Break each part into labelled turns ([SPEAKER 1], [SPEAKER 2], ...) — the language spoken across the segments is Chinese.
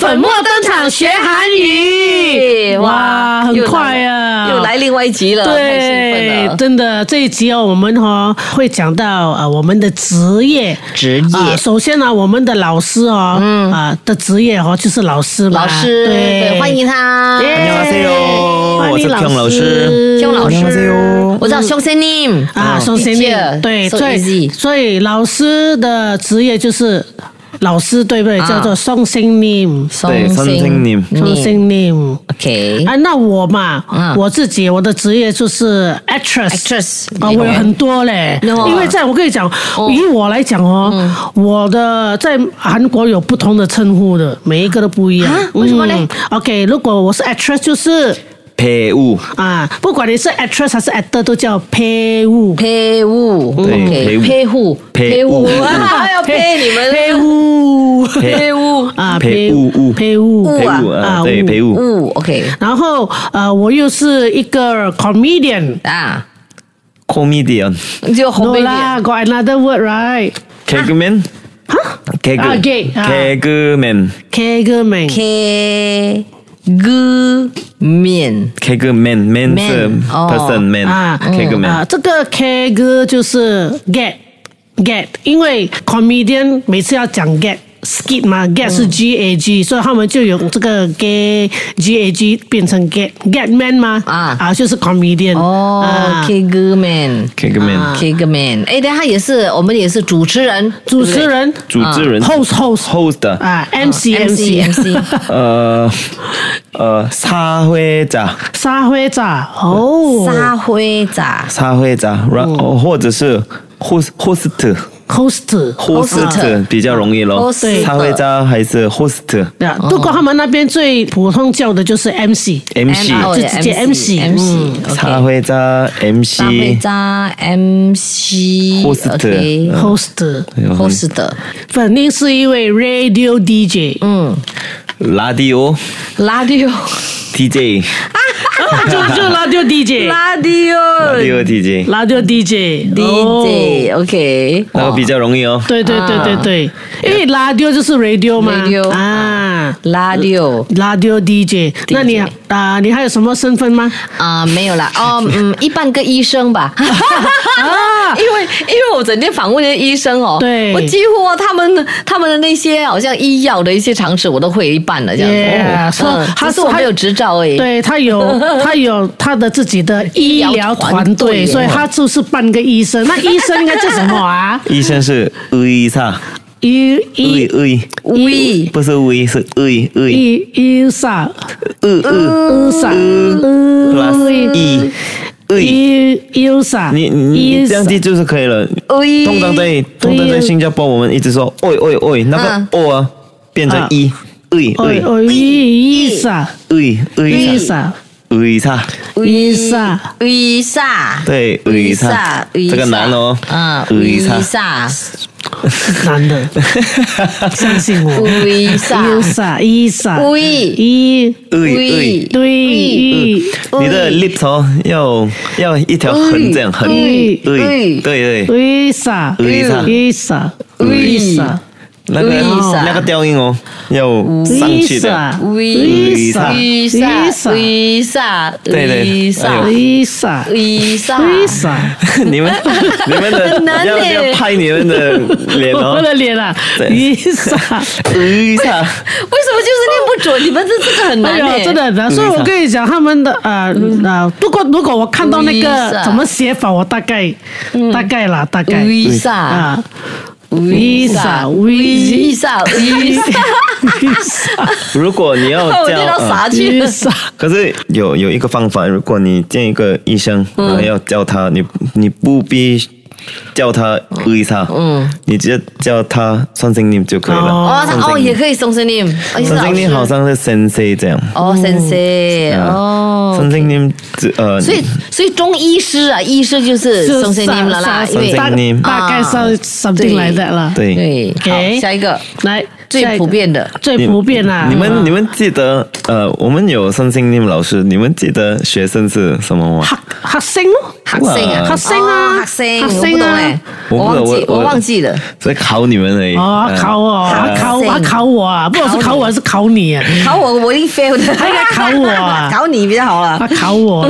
[SPEAKER 1] 粉墨登场学韩语，
[SPEAKER 2] 哇，很
[SPEAKER 1] 又来
[SPEAKER 2] 快啊！
[SPEAKER 1] 又来另外一集了，太兴奋
[SPEAKER 2] 对
[SPEAKER 1] 了，。
[SPEAKER 2] 真的这一集哦，我们哦会讲到呃我们的职业。
[SPEAKER 1] 职业
[SPEAKER 2] 啊，首先呢，我们的老师哦，嗯啊的职业哦就是老师嘛，
[SPEAKER 1] 老师，
[SPEAKER 2] 对，
[SPEAKER 1] 欢迎他。
[SPEAKER 3] 안녕하세요，我是
[SPEAKER 2] 欢迎
[SPEAKER 3] Pyong 老师。
[SPEAKER 1] 姜老
[SPEAKER 3] 안녕하세
[SPEAKER 1] 师，
[SPEAKER 3] 요，
[SPEAKER 1] 我叫熊先宁
[SPEAKER 2] 啊，
[SPEAKER 1] 嗯
[SPEAKER 2] 首先
[SPEAKER 1] Teacher，
[SPEAKER 2] 你对，
[SPEAKER 1] so
[SPEAKER 2] 所以
[SPEAKER 1] easy
[SPEAKER 2] 所以老师的职业就是老师，对不对？
[SPEAKER 1] 啊
[SPEAKER 2] 叫做送信念，
[SPEAKER 3] 对
[SPEAKER 1] 松
[SPEAKER 3] 松心宁
[SPEAKER 2] 送信念。
[SPEAKER 1] OK，
[SPEAKER 2] 啊，那我嘛，
[SPEAKER 1] 嗯
[SPEAKER 2] 我自己我的职业就是 actress。
[SPEAKER 1] actress 哦
[SPEAKER 2] 啊，我有很多嘞，
[SPEAKER 1] No
[SPEAKER 2] 因为在我跟你讲，以我来讲哦，
[SPEAKER 1] 嗯
[SPEAKER 2] 我的在韩国有不同的称呼的，每一个都不一样。
[SPEAKER 1] 啊
[SPEAKER 2] 为什么呢？OK，如果我是 actress 就是
[SPEAKER 3] 配物，
[SPEAKER 2] 啊，不管你是 actress 还是 actor 都叫配舞。
[SPEAKER 1] 配物
[SPEAKER 3] 对配
[SPEAKER 1] ，OK，配物，
[SPEAKER 3] 配物
[SPEAKER 1] 啊，要配你 们
[SPEAKER 2] 配 舞
[SPEAKER 1] 配物
[SPEAKER 2] 啊，
[SPEAKER 3] 配物物
[SPEAKER 2] 配舞
[SPEAKER 1] 物
[SPEAKER 3] 配
[SPEAKER 1] 啊
[SPEAKER 3] 物啊，对
[SPEAKER 2] 物
[SPEAKER 3] 配物。
[SPEAKER 1] 物，OK 哦
[SPEAKER 2] 然后呃，我又是一个 comedian。
[SPEAKER 1] 啊，
[SPEAKER 3] Comedian,
[SPEAKER 1] 就红
[SPEAKER 2] No
[SPEAKER 1] 背脸。
[SPEAKER 2] 啦，got another word right？
[SPEAKER 3] Kegman,
[SPEAKER 2] 啊
[SPEAKER 3] Keg,
[SPEAKER 2] gay，啊
[SPEAKER 3] Kegman,
[SPEAKER 2] K 歌名
[SPEAKER 1] K 歌面
[SPEAKER 3] Kegman, man 是
[SPEAKER 1] Man，哦
[SPEAKER 3] person
[SPEAKER 2] 啊
[SPEAKER 3] man,
[SPEAKER 2] 啊，
[SPEAKER 1] 嗯
[SPEAKER 3] Kegman。
[SPEAKER 2] 这个 K 歌就是 get get，因为 comedian 每次要讲 get。skit 嘛，get
[SPEAKER 1] 嗯
[SPEAKER 2] 是 G A G，、所以他们就用这个 get G A G 变成 get get man 嘛，
[SPEAKER 1] 啊
[SPEAKER 2] 啊就是 comedian
[SPEAKER 1] 哦
[SPEAKER 2] 啊
[SPEAKER 1] ，K 歌面
[SPEAKER 3] Kegman，
[SPEAKER 1] ，K 歌面，哎，但他也是我们也是主持人，
[SPEAKER 2] 主持人
[SPEAKER 3] 主持人
[SPEAKER 2] host host
[SPEAKER 3] host，
[SPEAKER 2] 啊 MC
[SPEAKER 1] MC
[SPEAKER 2] MC
[SPEAKER 1] MC，
[SPEAKER 3] 呃呃， 어, 사회자，
[SPEAKER 2] 沙灰炸哦
[SPEAKER 1] 沙灰咋
[SPEAKER 3] 사회자，然 어, 后或者是 host host。
[SPEAKER 2] host
[SPEAKER 3] host 比较容易咯
[SPEAKER 1] host 对，
[SPEAKER 3] 他会加还是 host
[SPEAKER 2] 啊，
[SPEAKER 1] 哦
[SPEAKER 2] 不过他们那边最普通叫的就是 MC
[SPEAKER 3] MC，
[SPEAKER 1] 哦
[SPEAKER 2] 就直接 MC
[SPEAKER 1] MC，
[SPEAKER 3] 他会加
[SPEAKER 1] 沙灰
[SPEAKER 3] MC，
[SPEAKER 1] 咋 MC
[SPEAKER 3] Host
[SPEAKER 1] OK
[SPEAKER 2] host，
[SPEAKER 1] host 的
[SPEAKER 2] 肯定是一位 radio DJ，
[SPEAKER 1] 嗯，
[SPEAKER 3] radio
[SPEAKER 1] 拉丢
[SPEAKER 3] DJ，
[SPEAKER 2] 啊就 就 radio DJ。
[SPEAKER 1] 拉丢
[SPEAKER 2] 嗯
[SPEAKER 3] radio DJ，
[SPEAKER 2] radio DJ，
[SPEAKER 1] DJ OK，
[SPEAKER 3] 那个比较容易哦。
[SPEAKER 2] 对对对对对，因为 radio 就是 radio 嘛
[SPEAKER 1] 啊 Radio
[SPEAKER 2] 啊
[SPEAKER 1] 拉丢。
[SPEAKER 2] ，radio DJ。那你啊，你还有什么身份吗？
[SPEAKER 1] 啊、没有啦，哦，嗯，一半个医生吧，因为因为我整天访问的医生哦，
[SPEAKER 2] 对
[SPEAKER 1] 我几乎哦他们他们的那些好像医药的一些常识我都会一半了这样
[SPEAKER 2] Yeah，
[SPEAKER 1] 子，
[SPEAKER 2] so
[SPEAKER 1] 嗯，
[SPEAKER 2] 他
[SPEAKER 1] 他
[SPEAKER 2] 是
[SPEAKER 1] 是我没有执照而已，
[SPEAKER 2] 对他 有他有他的自己的医疗团队，
[SPEAKER 1] 医疗团队
[SPEAKER 2] 所以他就是半个医生。那医生应该叫什么 啊？
[SPEAKER 3] 医生是医啥？
[SPEAKER 2] 医
[SPEAKER 3] 医
[SPEAKER 2] 医
[SPEAKER 3] 医
[SPEAKER 1] 喂，
[SPEAKER 3] 不是医是医医
[SPEAKER 2] 医医啥？
[SPEAKER 3] 医
[SPEAKER 2] 医啥？
[SPEAKER 3] plus 医医。
[SPEAKER 2] 医医啥？
[SPEAKER 3] 你你
[SPEAKER 2] 医
[SPEAKER 3] 你这样记就是可以了。
[SPEAKER 1] 喂，
[SPEAKER 3] 通常在通常在新加坡，我们一直说“喂喂喂”，那
[SPEAKER 1] 嗯
[SPEAKER 3] 个“哦”啊变成
[SPEAKER 2] 啊
[SPEAKER 3] “一”，“喂
[SPEAKER 2] 哦
[SPEAKER 3] 喂
[SPEAKER 2] 哦，医医啥？
[SPEAKER 3] 喂
[SPEAKER 2] 医
[SPEAKER 3] 喂
[SPEAKER 2] 啥？
[SPEAKER 3] 喂啥？
[SPEAKER 2] 医啥？
[SPEAKER 1] 伊萨，
[SPEAKER 3] 对，
[SPEAKER 1] 伊
[SPEAKER 3] 伊萨，这个难哦。
[SPEAKER 2] 啊
[SPEAKER 1] 嗯，
[SPEAKER 3] 伊
[SPEAKER 1] 伊
[SPEAKER 3] 萨，
[SPEAKER 1] 萨，
[SPEAKER 2] 男的， 相信 我。
[SPEAKER 1] 伊萨，
[SPEAKER 2] 伊萨伊萨
[SPEAKER 1] 喂
[SPEAKER 2] 伊
[SPEAKER 3] 喂
[SPEAKER 1] 喂
[SPEAKER 3] 喂，
[SPEAKER 2] 对伊
[SPEAKER 3] 你的 lips 哦，要要一条横这样横，
[SPEAKER 1] 喂
[SPEAKER 3] 对对对，
[SPEAKER 2] 伊萨
[SPEAKER 3] 伊萨
[SPEAKER 2] 伊萨
[SPEAKER 1] 喂
[SPEAKER 2] 伊萨
[SPEAKER 3] 那个
[SPEAKER 1] 伊萨
[SPEAKER 3] 那个调音哦，要上去的。
[SPEAKER 1] 伊
[SPEAKER 2] 伊萨
[SPEAKER 1] 伊萨，伊萨，
[SPEAKER 3] 对对
[SPEAKER 1] 伊萨，
[SPEAKER 2] 伊萨
[SPEAKER 1] 伊萨，
[SPEAKER 2] 伊萨，
[SPEAKER 3] 你们你们的
[SPEAKER 1] 很难
[SPEAKER 3] 要
[SPEAKER 1] 耶
[SPEAKER 3] 要拍你们的脸
[SPEAKER 2] 我
[SPEAKER 3] 哦，
[SPEAKER 2] 的脸啊，
[SPEAKER 3] 对
[SPEAKER 2] 伊 萨。
[SPEAKER 3] 伊萨，
[SPEAKER 1] 为什么就是念不准？你们这这个很
[SPEAKER 2] 哎
[SPEAKER 1] 难
[SPEAKER 2] 呦，
[SPEAKER 1] 欸嗯
[SPEAKER 2] 真的很
[SPEAKER 3] 嗯
[SPEAKER 2] 难，所以我跟你讲，他们的呃呃，不过如果我看到那
[SPEAKER 1] 伊
[SPEAKER 2] 个
[SPEAKER 1] 萨嗯
[SPEAKER 2] 怎么写法，我大概大概啦，大概
[SPEAKER 1] 伊萨
[SPEAKER 2] 啊， visa visa
[SPEAKER 1] visa visa，
[SPEAKER 3] 如果你 要
[SPEAKER 1] 我
[SPEAKER 3] 这
[SPEAKER 1] 念
[SPEAKER 3] 样，
[SPEAKER 1] 到
[SPEAKER 3] 呃
[SPEAKER 1] 啥啊去了？
[SPEAKER 2] visa
[SPEAKER 3] 可是有有一个方法，如果你见一个医生，然后要叫他，你你不必叫他医生，嗯，你直接叫他三星 name 就可以了。
[SPEAKER 1] 哦，他哦也
[SPEAKER 3] 以。
[SPEAKER 1] 可以送生念，哦，也是
[SPEAKER 3] 三
[SPEAKER 1] 老
[SPEAKER 3] 星 name
[SPEAKER 1] 师
[SPEAKER 3] 好像是 sensei 这样。
[SPEAKER 1] 哦，先
[SPEAKER 3] 呃
[SPEAKER 1] 生哦。
[SPEAKER 3] 三星 name 呃，
[SPEAKER 1] 所以，所以中医师啊，医师就是
[SPEAKER 2] 就
[SPEAKER 1] 送生念了啦，因为啊
[SPEAKER 3] 送
[SPEAKER 2] 大
[SPEAKER 3] 生 name
[SPEAKER 2] 大概是 something
[SPEAKER 1] 对
[SPEAKER 2] like that 啦。
[SPEAKER 3] 对
[SPEAKER 1] 对，好，
[SPEAKER 2] OK
[SPEAKER 1] 下一个
[SPEAKER 2] 来，
[SPEAKER 1] 最
[SPEAKER 2] 下一个
[SPEAKER 1] 普遍的
[SPEAKER 2] 最普遍啊嗯啦。
[SPEAKER 3] 你们你
[SPEAKER 2] 们
[SPEAKER 3] 们记得呃，我们有三星 name 老师，你们记得学生是什么吗？
[SPEAKER 2] 黑黑星咯，
[SPEAKER 1] 黑星啊，
[SPEAKER 3] 哇
[SPEAKER 2] 黑星啊
[SPEAKER 1] 哦黑
[SPEAKER 2] 黑
[SPEAKER 1] 星，我
[SPEAKER 2] 星
[SPEAKER 1] 不懂
[SPEAKER 2] 啊
[SPEAKER 1] 哎，
[SPEAKER 3] 我
[SPEAKER 1] 我
[SPEAKER 3] 不
[SPEAKER 1] 忘
[SPEAKER 3] 懂
[SPEAKER 1] 记，
[SPEAKER 3] 我
[SPEAKER 1] 我
[SPEAKER 3] 我
[SPEAKER 1] 忘记了。
[SPEAKER 3] 所以考你们而已。
[SPEAKER 2] 哦
[SPEAKER 3] 呃，
[SPEAKER 2] 考我，
[SPEAKER 1] 黑
[SPEAKER 2] 他考
[SPEAKER 1] 星
[SPEAKER 2] 我，他考我啊！不管是考我还是考你啊，
[SPEAKER 1] 考我，我一定 fail 的。
[SPEAKER 2] 他应该考我啊
[SPEAKER 1] 考你比较
[SPEAKER 2] 他
[SPEAKER 1] 好啦。
[SPEAKER 2] 考我啊。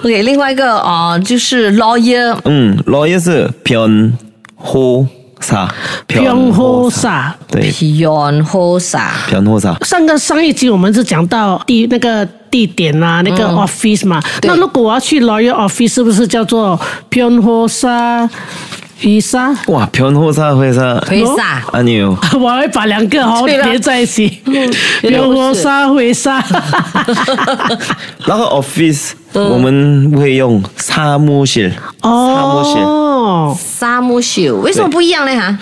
[SPEAKER 1] OK，另外一个啊，呃就是 lawyer，
[SPEAKER 3] 嗯，老爷是偏好啥？
[SPEAKER 2] 偏好啥？
[SPEAKER 3] 对，
[SPEAKER 1] Pion Hosa。
[SPEAKER 3] 偏好啥？
[SPEAKER 2] 上个上一集我们是讲到地那个地点啊，那个 office 嘛。
[SPEAKER 1] 嗯对
[SPEAKER 2] 那如果我要去 lawyer office，是不是叫做 Pionhosa Visa？
[SPEAKER 3] 哇，偏好啥会啥？
[SPEAKER 1] 会啥
[SPEAKER 3] 啊你有？
[SPEAKER 2] 我会把两个好
[SPEAKER 1] 对啦嗯
[SPEAKER 2] 叠在一起
[SPEAKER 1] 点不是
[SPEAKER 2] ，Pionhosa Visa。
[SPEAKER 3] 那个 office
[SPEAKER 2] 嗯
[SPEAKER 3] 我们会用沙木鞋，沙木鞋。
[SPEAKER 2] 哦，
[SPEAKER 1] 沙木秀为什么不一样呢？哈，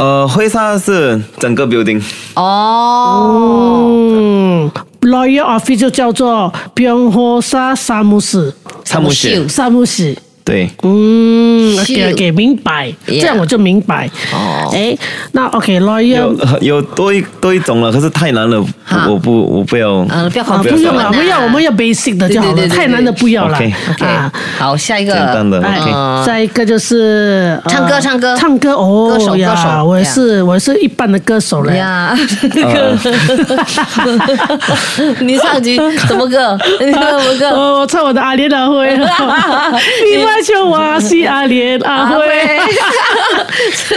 [SPEAKER 3] 呃，灰沙是整个 building，
[SPEAKER 1] 哦，
[SPEAKER 2] 嗯，lawyer office 就叫做 Pionhosa 沙姆斯，
[SPEAKER 3] 沙木鞋。
[SPEAKER 2] 沙姆斯。
[SPEAKER 3] 对，
[SPEAKER 2] 嗯，OK
[SPEAKER 1] 是
[SPEAKER 2] OK，明白
[SPEAKER 1] Yeah
[SPEAKER 2] 这样我就明白。
[SPEAKER 1] 哦
[SPEAKER 2] 哎，那 OK lawyer
[SPEAKER 3] 有有多一多一种了，可是太难了
[SPEAKER 1] 哈，
[SPEAKER 3] 我不我不要。
[SPEAKER 1] 嗯，不要考
[SPEAKER 2] 啊，
[SPEAKER 1] 虑
[SPEAKER 2] 不用了，
[SPEAKER 1] 这
[SPEAKER 2] 不
[SPEAKER 1] 个
[SPEAKER 2] 要，我们要 basic 的就好
[SPEAKER 1] 对对
[SPEAKER 2] 了，
[SPEAKER 1] 对对
[SPEAKER 2] 太难的不要了
[SPEAKER 3] OK。
[SPEAKER 1] OK，
[SPEAKER 2] 啊，
[SPEAKER 1] 好，下一个
[SPEAKER 3] 简单的
[SPEAKER 2] 哎
[SPEAKER 3] OK
[SPEAKER 1] 呃
[SPEAKER 2] 再一个就是呃
[SPEAKER 1] 唱歌唱歌
[SPEAKER 2] 唱歌哦，
[SPEAKER 1] 歌手
[SPEAKER 2] 呀
[SPEAKER 1] 歌手
[SPEAKER 2] 我也是我也是一般的歌手嘞。
[SPEAKER 1] 呀，那个， 你上集什么 歌？你唱什么歌？
[SPEAKER 2] 哦，我唱我的阿莲阿 辉，你外求我是阿莲阿辉，
[SPEAKER 1] 所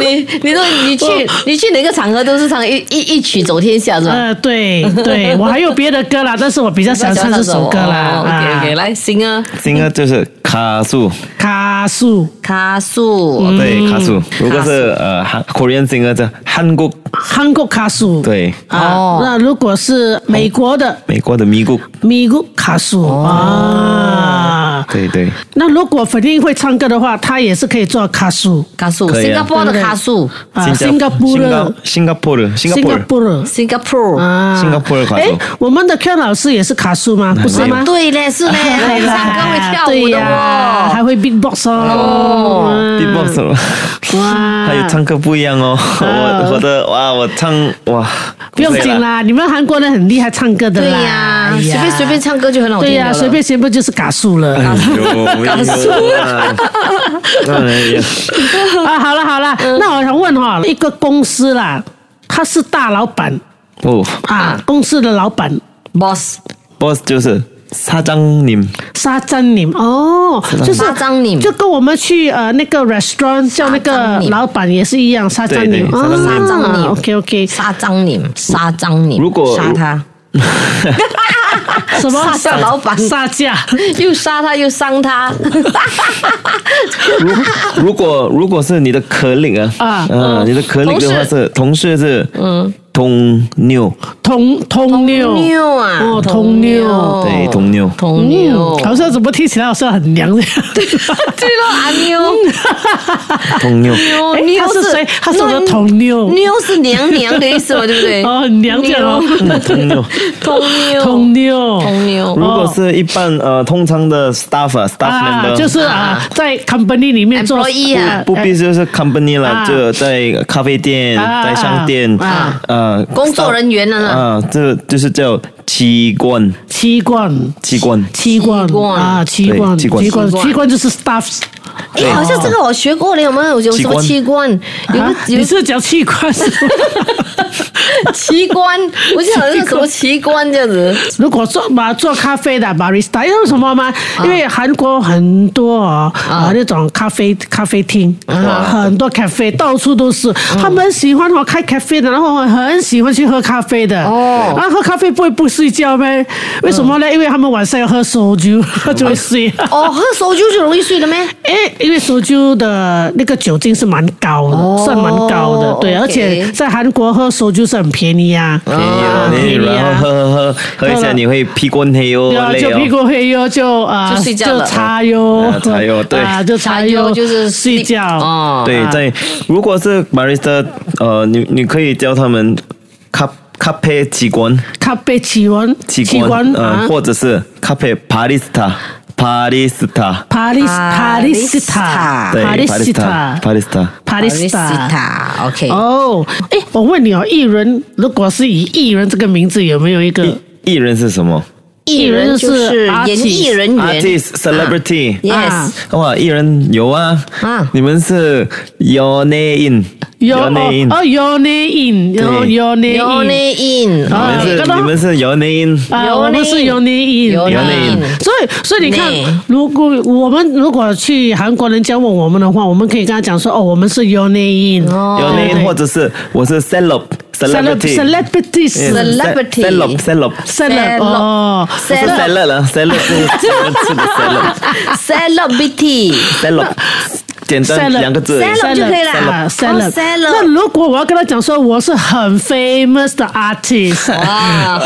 [SPEAKER 1] 以你你都你去你去哪个场合都是唱一一一曲走天下是吧？
[SPEAKER 2] 呃，对对，我还有别的歌啦，但是我比较喜欢唱这首歌啦。
[SPEAKER 1] 哦 OK OK，
[SPEAKER 2] 啊，
[SPEAKER 1] 来行啊，
[SPEAKER 3] 应该就是卡素，
[SPEAKER 2] 卡素
[SPEAKER 1] 卡素，
[SPEAKER 2] 嗯
[SPEAKER 3] 对卡素。如果是呃韩 Korean singer 叫韩国，
[SPEAKER 2] 韩国卡素，
[SPEAKER 3] 对
[SPEAKER 2] 啊
[SPEAKER 1] 哦，
[SPEAKER 2] 那如果是美国的
[SPEAKER 3] 美国的迷谷，
[SPEAKER 2] 美国卡素啊，
[SPEAKER 3] 对对，
[SPEAKER 2] 那如果肯定会唱歌的话，他也是可以做卡素
[SPEAKER 1] 卡素，
[SPEAKER 3] 可以啊
[SPEAKER 1] 新加坡的卡素
[SPEAKER 2] 啊，新加坡的
[SPEAKER 3] 新加坡的新加
[SPEAKER 2] 新
[SPEAKER 3] 坡
[SPEAKER 2] 加
[SPEAKER 3] 的
[SPEAKER 2] 坡的
[SPEAKER 1] ，Singapore。
[SPEAKER 2] 啊
[SPEAKER 3] 新加坡的卡嗯
[SPEAKER 2] 哎
[SPEAKER 3] 素，
[SPEAKER 2] 我们的 Q 老师也是卡素吗？不是吗？
[SPEAKER 1] 对嘞，是嘞，
[SPEAKER 2] 对
[SPEAKER 1] 会
[SPEAKER 2] 啦
[SPEAKER 1] 唱歌会跳舞
[SPEAKER 2] 对
[SPEAKER 1] 的
[SPEAKER 2] 呀还
[SPEAKER 1] 哦。
[SPEAKER 2] 会 beatbox 哦哇
[SPEAKER 3] b b o x
[SPEAKER 2] 哇，
[SPEAKER 3] 还有唱歌不一样哦，我我的哇，我唱哇，
[SPEAKER 2] 不用
[SPEAKER 3] 会
[SPEAKER 2] 紧啦，你们韩国人很厉害唱歌的
[SPEAKER 1] 对
[SPEAKER 2] 啦，
[SPEAKER 1] 呀
[SPEAKER 2] 哎，
[SPEAKER 1] 随便随便唱歌就很好听
[SPEAKER 2] 对
[SPEAKER 1] 的
[SPEAKER 2] 呀，
[SPEAKER 1] 了
[SPEAKER 2] 随便随便就是嘎数了
[SPEAKER 3] 哎呦，搞死了！哎呀，
[SPEAKER 2] 啊。好了好了，
[SPEAKER 1] 嗯
[SPEAKER 2] 那我想问哈，一个公司啦，他是大老板
[SPEAKER 3] 哦
[SPEAKER 2] 啊，
[SPEAKER 1] 嗯
[SPEAKER 2] 公司的老板
[SPEAKER 1] boss
[SPEAKER 3] ，boss 就是사장님，
[SPEAKER 2] 沙赞你哦，就是
[SPEAKER 1] 沙张你
[SPEAKER 2] 就跟我们去呃那个 restaurant 叫那
[SPEAKER 1] 沙
[SPEAKER 2] 个
[SPEAKER 1] 张你
[SPEAKER 2] 老板也是一样，沙赞你
[SPEAKER 3] 对对
[SPEAKER 2] 啊
[SPEAKER 3] 沙
[SPEAKER 1] 张你
[SPEAKER 2] OK OK，
[SPEAKER 1] 杀张你，杀张你，
[SPEAKER 3] 如果
[SPEAKER 1] 杀他，
[SPEAKER 2] 什么
[SPEAKER 1] 沙价老板
[SPEAKER 2] 杀价？
[SPEAKER 1] 又杀他又 伤他，
[SPEAKER 3] 如 如果如果是你的可领啊，
[SPEAKER 2] 啊
[SPEAKER 3] 嗯，你的可领的话是同事是嗯同妞，
[SPEAKER 2] 通通
[SPEAKER 1] 铜
[SPEAKER 2] 六。
[SPEAKER 1] 妞啊，
[SPEAKER 2] 哦铜妞嗯
[SPEAKER 3] 对铜妞
[SPEAKER 1] 铜妞，
[SPEAKER 2] 好像怎么听起来好像很娘的样子？
[SPEAKER 1] 对了，阿妞，
[SPEAKER 3] 同妞，
[SPEAKER 1] 妞
[SPEAKER 2] 哎
[SPEAKER 1] 妞
[SPEAKER 2] 他是谁？他是我
[SPEAKER 1] 음.
[SPEAKER 2] 的铜妞
[SPEAKER 1] 妞是娘娘的意思嘛，对不对？
[SPEAKER 2] 哦，很娘这样哦，
[SPEAKER 3] 嗯同妞。
[SPEAKER 1] 铜妞，
[SPEAKER 2] 铜妞，
[SPEAKER 1] 铜
[SPEAKER 3] 如
[SPEAKER 1] 妞，
[SPEAKER 3] 果是一般呃通常的 staff 啊 staff
[SPEAKER 2] 啊，
[SPEAKER 3] member，
[SPEAKER 2] 就是啊，在 company 里面做呃
[SPEAKER 1] Employee 啊
[SPEAKER 3] 不必就是 company
[SPEAKER 2] 啊
[SPEAKER 3] 了，就在咖啡店、
[SPEAKER 2] 啊
[SPEAKER 3] 在商店
[SPEAKER 2] 啊，
[SPEAKER 3] 呃，
[SPEAKER 1] 工作人员了啦，
[SPEAKER 3] 啊，这就是叫器官，
[SPEAKER 2] 七冠。
[SPEAKER 3] 器官。
[SPEAKER 2] 七冠
[SPEAKER 1] 七冠
[SPEAKER 2] 啊，七冠，
[SPEAKER 3] 对七冠
[SPEAKER 2] 七冠，
[SPEAKER 1] 七冠
[SPEAKER 2] 七冠就是 staff。
[SPEAKER 1] 哎，好像这个我学过了，有没有？有什么器官？有
[SPEAKER 2] 啊
[SPEAKER 1] 个
[SPEAKER 2] 你
[SPEAKER 1] 有个
[SPEAKER 2] 是讲器官是吗？
[SPEAKER 1] 奇观，我想是什么奇观这样子？
[SPEAKER 2] 如果做嘛做咖啡的 barista，因为什么吗？因为韩国很多哦啊、那种咖啡咖啡厅，啊、很多咖啡到处都是，他们喜欢我开咖啡的，然后我很喜欢去喝咖啡的。啊
[SPEAKER 1] 哦
[SPEAKER 2] 然后喝咖啡不会不睡觉呗？为什么呢？因为他们晚上要喝手酒，就会 睡。
[SPEAKER 1] 哦，喝手酒就容易睡了咩？
[SPEAKER 2] 哎，因为苏州的那个酒精是蛮高的，
[SPEAKER 1] 哦
[SPEAKER 2] 算蛮高的，对
[SPEAKER 1] OK
[SPEAKER 2] 而且在韩国喝苏州是很便宜啊，
[SPEAKER 3] 便宜哦，你
[SPEAKER 2] 便宜
[SPEAKER 3] 然
[SPEAKER 2] 啊
[SPEAKER 3] 后。喝喝喝喝一
[SPEAKER 2] 喝
[SPEAKER 3] 下，
[SPEAKER 2] 了
[SPEAKER 3] 你会屁股黑哦
[SPEAKER 2] 对，啊，
[SPEAKER 3] 累
[SPEAKER 2] 就屁
[SPEAKER 3] 哦。
[SPEAKER 2] 股黑哟，就啊，
[SPEAKER 1] 就睡觉
[SPEAKER 2] 就
[SPEAKER 1] 了
[SPEAKER 2] 擦哟
[SPEAKER 3] 啊，擦哟对
[SPEAKER 2] 啊，就擦
[SPEAKER 1] 茶油
[SPEAKER 2] 哟，
[SPEAKER 1] 就是
[SPEAKER 2] 睡
[SPEAKER 1] sleep
[SPEAKER 2] 觉。
[SPEAKER 1] 哦，
[SPEAKER 3] 对，在如果是 네, barista，呃， 어, 你你可以教他们咖咖啡器官
[SPEAKER 2] 咖啡器官，
[SPEAKER 3] 器
[SPEAKER 2] 官
[SPEAKER 3] 官，
[SPEAKER 2] 啊
[SPEAKER 3] 呃， 어, 或者是咖啡 barista barista，
[SPEAKER 2] 帕里帕里斯塔，
[SPEAKER 4] Parista
[SPEAKER 3] 对
[SPEAKER 2] 帕里斯塔，
[SPEAKER 3] barista，
[SPEAKER 2] 帕里斯塔。
[SPEAKER 4] Arista OK，
[SPEAKER 2] 哦，哎，我问你哦，艺人如果是以艺人这个名字，有没有一个
[SPEAKER 3] 艺人是什么
[SPEAKER 2] 艺人就
[SPEAKER 4] 就是是演
[SPEAKER 2] artist
[SPEAKER 4] 艺人员
[SPEAKER 1] 아.
[SPEAKER 3] ？artist celebrity。 아,
[SPEAKER 4] ，yes，
[SPEAKER 3] 哇，艺人有啊，
[SPEAKER 4] 啊
[SPEAKER 3] 你们是 your name，
[SPEAKER 2] 有
[SPEAKER 3] your name，
[SPEAKER 2] 哦，有内因，有
[SPEAKER 3] 对
[SPEAKER 2] 有内
[SPEAKER 4] 有
[SPEAKER 2] 因。
[SPEAKER 4] 内因，
[SPEAKER 1] 아,
[SPEAKER 3] 你
[SPEAKER 2] 啊
[SPEAKER 1] 哦
[SPEAKER 3] 们
[SPEAKER 2] 你
[SPEAKER 3] 是
[SPEAKER 2] 看到
[SPEAKER 3] 你们是 your name，
[SPEAKER 2] 哦啊，
[SPEAKER 4] 有
[SPEAKER 2] 我们是有内因，
[SPEAKER 4] 有内
[SPEAKER 3] 因
[SPEAKER 2] 所以，所以你看
[SPEAKER 4] 内，
[SPEAKER 2] 如果我们如果去韩国人家问我们的话，我们可以跟他讲说，哦，我们是有内因
[SPEAKER 1] 哦 네.
[SPEAKER 3] 有
[SPEAKER 2] 对
[SPEAKER 3] name，
[SPEAKER 2] 对
[SPEAKER 3] 或者是我是 celeb celebrity 예,
[SPEAKER 1] 嗯
[SPEAKER 2] celebrities
[SPEAKER 1] Celebrity
[SPEAKER 3] celeb celeb
[SPEAKER 2] celeb 哦，
[SPEAKER 3] 不
[SPEAKER 1] 啊
[SPEAKER 3] 是 celeb 了，celeb 是吃的 celeb
[SPEAKER 1] celebrity
[SPEAKER 3] celeb 简
[SPEAKER 2] Celeb
[SPEAKER 3] 单两个字
[SPEAKER 1] Celeb 就可以了
[SPEAKER 2] 啊
[SPEAKER 1] Oh,
[SPEAKER 2] celeb。
[SPEAKER 1] celeb
[SPEAKER 2] 那如果我要跟他讲说我是很 famous 的 artist，famous
[SPEAKER 1] 啊，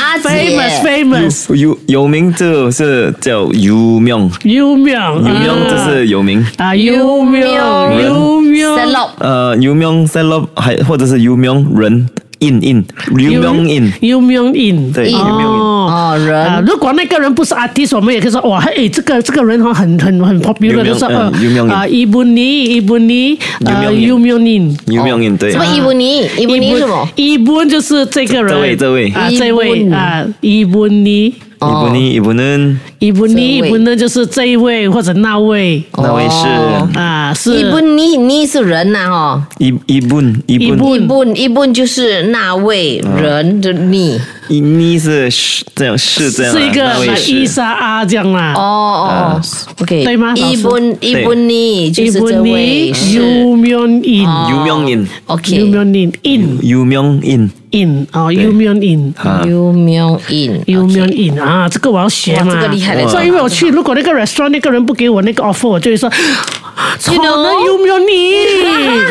[SPEAKER 1] 阿姐
[SPEAKER 2] famous
[SPEAKER 3] 有有名就是叫有名，
[SPEAKER 2] 有名，
[SPEAKER 3] 有
[SPEAKER 2] 有
[SPEAKER 3] 名就是有名。
[SPEAKER 2] 啊有名有名
[SPEAKER 1] celeb
[SPEAKER 3] 呃，有名 celeb 还或者是有名人 in in 有名 in
[SPEAKER 2] 有名 in
[SPEAKER 3] 对有名 in
[SPEAKER 2] 哦
[SPEAKER 1] 哦人
[SPEAKER 2] 啊如果那个人不是 artist，我们也可以说哇，哎，这个这个人哦很很很 popular，
[SPEAKER 3] 有名
[SPEAKER 2] 就是呃
[SPEAKER 3] 嗯有名
[SPEAKER 2] 啊，伊布尼伊布尼呃，有
[SPEAKER 3] 有
[SPEAKER 2] 名 in。
[SPEAKER 3] 有名 in 对啊
[SPEAKER 1] 什么伊布尼？伊布尼是什么？
[SPEAKER 2] 伊布就是这个人，
[SPEAKER 3] 这位这位
[SPEAKER 2] 啊，
[SPEAKER 1] 伊布
[SPEAKER 2] 这位啊，伊布尼，
[SPEAKER 3] 啊 이분이이분은
[SPEAKER 2] 伊布尼，伊
[SPEAKER 1] 这位
[SPEAKER 2] 布呢就是这一位或者那位
[SPEAKER 3] 那位是
[SPEAKER 2] 啊，是
[SPEAKER 1] 伊布尼尼是人呐、哦，
[SPEAKER 3] 이 이분
[SPEAKER 2] 一
[SPEAKER 3] 이분
[SPEAKER 1] 一
[SPEAKER 2] 布
[SPEAKER 1] 布一布就是那位
[SPEAKER 2] 啊
[SPEAKER 1] 人的你。
[SPEAKER 3] 이니 是是这样是这样啊
[SPEAKER 2] 是一个
[SPEAKER 3] 那位是
[SPEAKER 2] 伊莎啊这样啦
[SPEAKER 1] 哦，哦哦，OK，
[SPEAKER 2] 啊对吗
[SPEAKER 1] 伊布
[SPEAKER 2] 老
[SPEAKER 1] 伊布尼就
[SPEAKER 2] 伊
[SPEAKER 1] 是
[SPEAKER 2] 布
[SPEAKER 1] 这
[SPEAKER 2] 尼
[SPEAKER 1] 位是哦
[SPEAKER 2] 有名 in，
[SPEAKER 3] 有名 in
[SPEAKER 1] OK，
[SPEAKER 2] 有名 in
[SPEAKER 3] 有名 in
[SPEAKER 2] in in 哦，有名 in。
[SPEAKER 3] 啊
[SPEAKER 1] 幽冥印，
[SPEAKER 2] 有名 in 啊，这个我要学嘛。
[SPEAKER 1] 哇这个厉害了
[SPEAKER 2] 所以因为我去，如果那个 restaurant 那个人不给我那个 offer，我就会说，可
[SPEAKER 1] know？
[SPEAKER 2] 能有名 in，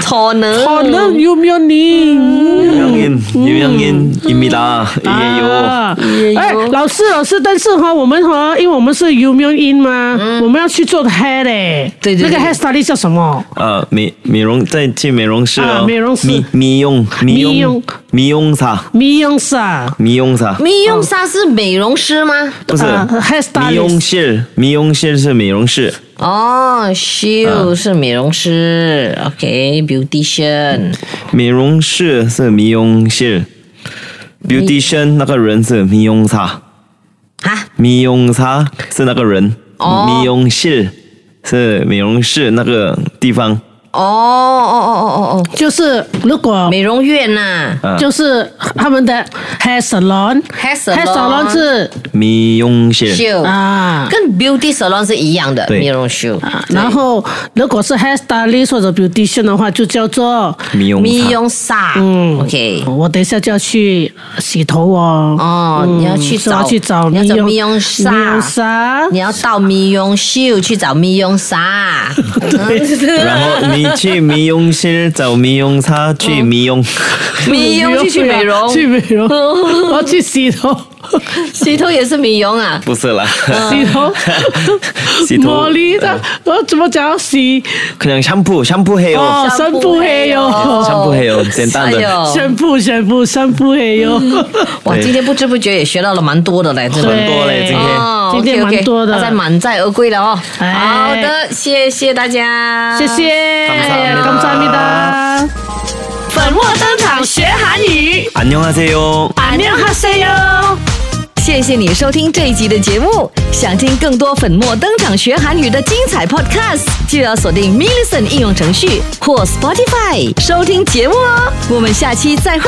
[SPEAKER 1] 超能，
[SPEAKER 2] 可能有名 in。
[SPEAKER 3] 有名 in 有名 in입니다 예
[SPEAKER 2] 嗯啊
[SPEAKER 3] 요
[SPEAKER 2] 哎，老师，老师，但是哈，我们哈，因为我们是 u m u n in 吗？我们要去做 hair 嘞，
[SPEAKER 1] 嗯对对对
[SPEAKER 2] 那个 hair study 叫什么？
[SPEAKER 3] 啊美美容再去美容室
[SPEAKER 2] 啊
[SPEAKER 3] 哦
[SPEAKER 2] 美容室
[SPEAKER 3] 미미용미용
[SPEAKER 2] 미용
[SPEAKER 3] 미
[SPEAKER 2] 美容
[SPEAKER 3] 용사
[SPEAKER 2] 师啊，
[SPEAKER 3] 미용사
[SPEAKER 1] 美容师是美容师吗？
[SPEAKER 3] 不是
[SPEAKER 2] 啊 hair
[SPEAKER 3] 미
[SPEAKER 2] study，
[SPEAKER 3] 용실미용실是美容室
[SPEAKER 1] 哦，修
[SPEAKER 3] 嗯
[SPEAKER 1] 是美容师，OK，beautician，
[SPEAKER 3] 美容室是미용실 beautician 那个人是미용사
[SPEAKER 1] 哈，
[SPEAKER 3] 米用沙是那个人，
[SPEAKER 1] 哦
[SPEAKER 3] 米用室是美容室那个地方。
[SPEAKER 1] 哦哦哦哦哦
[SPEAKER 2] 就是如果
[SPEAKER 1] 哦，美容院啊呐，
[SPEAKER 2] 就是他们的 hair salon。
[SPEAKER 1] hair
[SPEAKER 2] hair salon
[SPEAKER 1] salon
[SPEAKER 2] 是
[SPEAKER 3] 米用室
[SPEAKER 1] 修，
[SPEAKER 2] 啊。
[SPEAKER 1] 跟 beauty salon 是一样的，
[SPEAKER 3] 嗯对
[SPEAKER 1] 美容修，
[SPEAKER 2] 然后，如果是 hair stylist 或者 beautician 的话，就叫做
[SPEAKER 1] 嗯
[SPEAKER 3] 米用
[SPEAKER 1] 美
[SPEAKER 3] 沙
[SPEAKER 1] 容师，OK。
[SPEAKER 2] 我等一下就要去洗头哦。
[SPEAKER 1] 哦你要去
[SPEAKER 2] 所以
[SPEAKER 1] 找
[SPEAKER 2] 我要去找
[SPEAKER 1] 你要找
[SPEAKER 2] 美
[SPEAKER 1] 美容师
[SPEAKER 2] 美容沙
[SPEAKER 1] 你要到美 容秀去找美容沙，
[SPEAKER 3] 然后你去米用室找米用沙去米用，
[SPEAKER 1] 美容去去美容，
[SPEAKER 2] 去美容， 我要去洗头，
[SPEAKER 1] 洗头也是美容 啊。
[SPEAKER 3] 不是啦，
[SPEAKER 2] 洗 头，
[SPEAKER 3] 洗头
[SPEAKER 2] 茉莉
[SPEAKER 1] 嗯
[SPEAKER 2] 的，我怎么讲洗？
[SPEAKER 3] 可能香布香布黑
[SPEAKER 2] 哦
[SPEAKER 3] 哦，，
[SPEAKER 2] 深不黑哟，
[SPEAKER 3] 香布黑哦，简单
[SPEAKER 1] 哎
[SPEAKER 3] 的。
[SPEAKER 1] 呦
[SPEAKER 2] 深不深不深不黑哟，
[SPEAKER 1] 哇，
[SPEAKER 3] 对
[SPEAKER 1] 今天不知不觉也学到了蛮多的嘞，真的。
[SPEAKER 3] 很多嘞
[SPEAKER 2] 对
[SPEAKER 3] 今天
[SPEAKER 1] 哦
[SPEAKER 2] 今天
[SPEAKER 1] OK，OK，
[SPEAKER 2] 蛮多
[SPEAKER 1] 大家
[SPEAKER 2] 的，
[SPEAKER 1] 满载而归了哦。
[SPEAKER 2] 哎
[SPEAKER 1] 好的，谢谢大家，
[SPEAKER 2] 谢。谢，
[SPEAKER 1] 哎
[SPEAKER 3] 감사합니다
[SPEAKER 2] 萨米达，
[SPEAKER 1] 本末登场学韩语，
[SPEAKER 3] 안녕하세요。
[SPEAKER 2] 안녕하세요。
[SPEAKER 1] 谢谢谢你收听这一集的节目。想听更多粉墨登场学韩语的精彩 podcast，就要锁定 m i l l i c e n t 应用程序或 Spotify 收听节目哦。我们下期再会。